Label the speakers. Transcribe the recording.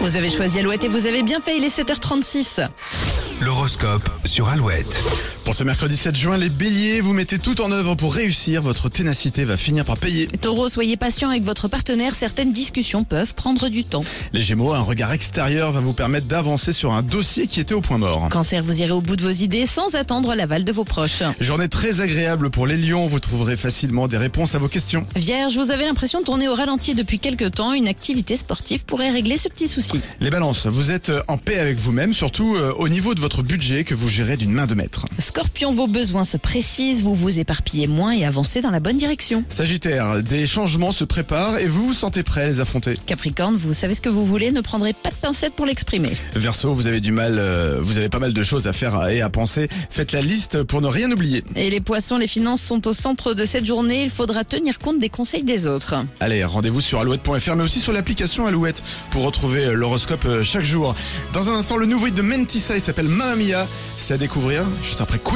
Speaker 1: Vous avez choisi Alouette et vous avez bien fait, il est 7h36.
Speaker 2: L'horoscope sur Alouette.
Speaker 3: Pour ce mercredi 7 juin, les béliers, vous mettez tout en œuvre pour réussir. Votre ténacité va finir par payer.
Speaker 1: Taureau, soyez patient avec votre partenaire, certaines discussions peuvent prendre du temps.
Speaker 3: Les gémeaux, un regard extérieur va vous permettre d'avancer sur un dossier qui était au point mort.
Speaker 1: Cancer, vous irez au bout de vos idées sans attendre l'aval de vos proches.
Speaker 3: Journée très agréable pour les lions. Vous trouverez facilement des réponses à vos questions.
Speaker 1: Vierge, vous avez l'impression de tourner au ralenti depuis quelque temps, une activité sportive pourrait régler ce petit souci.
Speaker 3: Les balances, vous êtes en paix avec vous-même, surtout euh, au niveau de votre budget que vous gérez d'une main de maître.
Speaker 1: Scorpion, vos besoins se précisent, vous vous éparpillez moins et avancez dans la bonne direction.
Speaker 3: Sagittaire, des changements se préparent et vous vous sentez prêt à les affronter.
Speaker 1: Capricorne, vous savez ce que vous voulez, ne prendrez pas de pincettes pour l'exprimer.
Speaker 3: Verseau, vous avez du mal, euh, vous avez pas mal de choses à faire et à penser. Faites la liste pour ne rien oublier.
Speaker 1: Et les poissons, les finances sont au centre de cette journée, il faudra tenir compte des conseils des autres.
Speaker 3: Allez, rendez-vous sur alouette.fr, mais aussi sur l'application Alouette pour retrouver l'horoscope euh, chaque jour. Dans un instant, le nouveau hit de Mentissa, il s'appelle Mamma Mia. C'est à découvrir juste après Queen.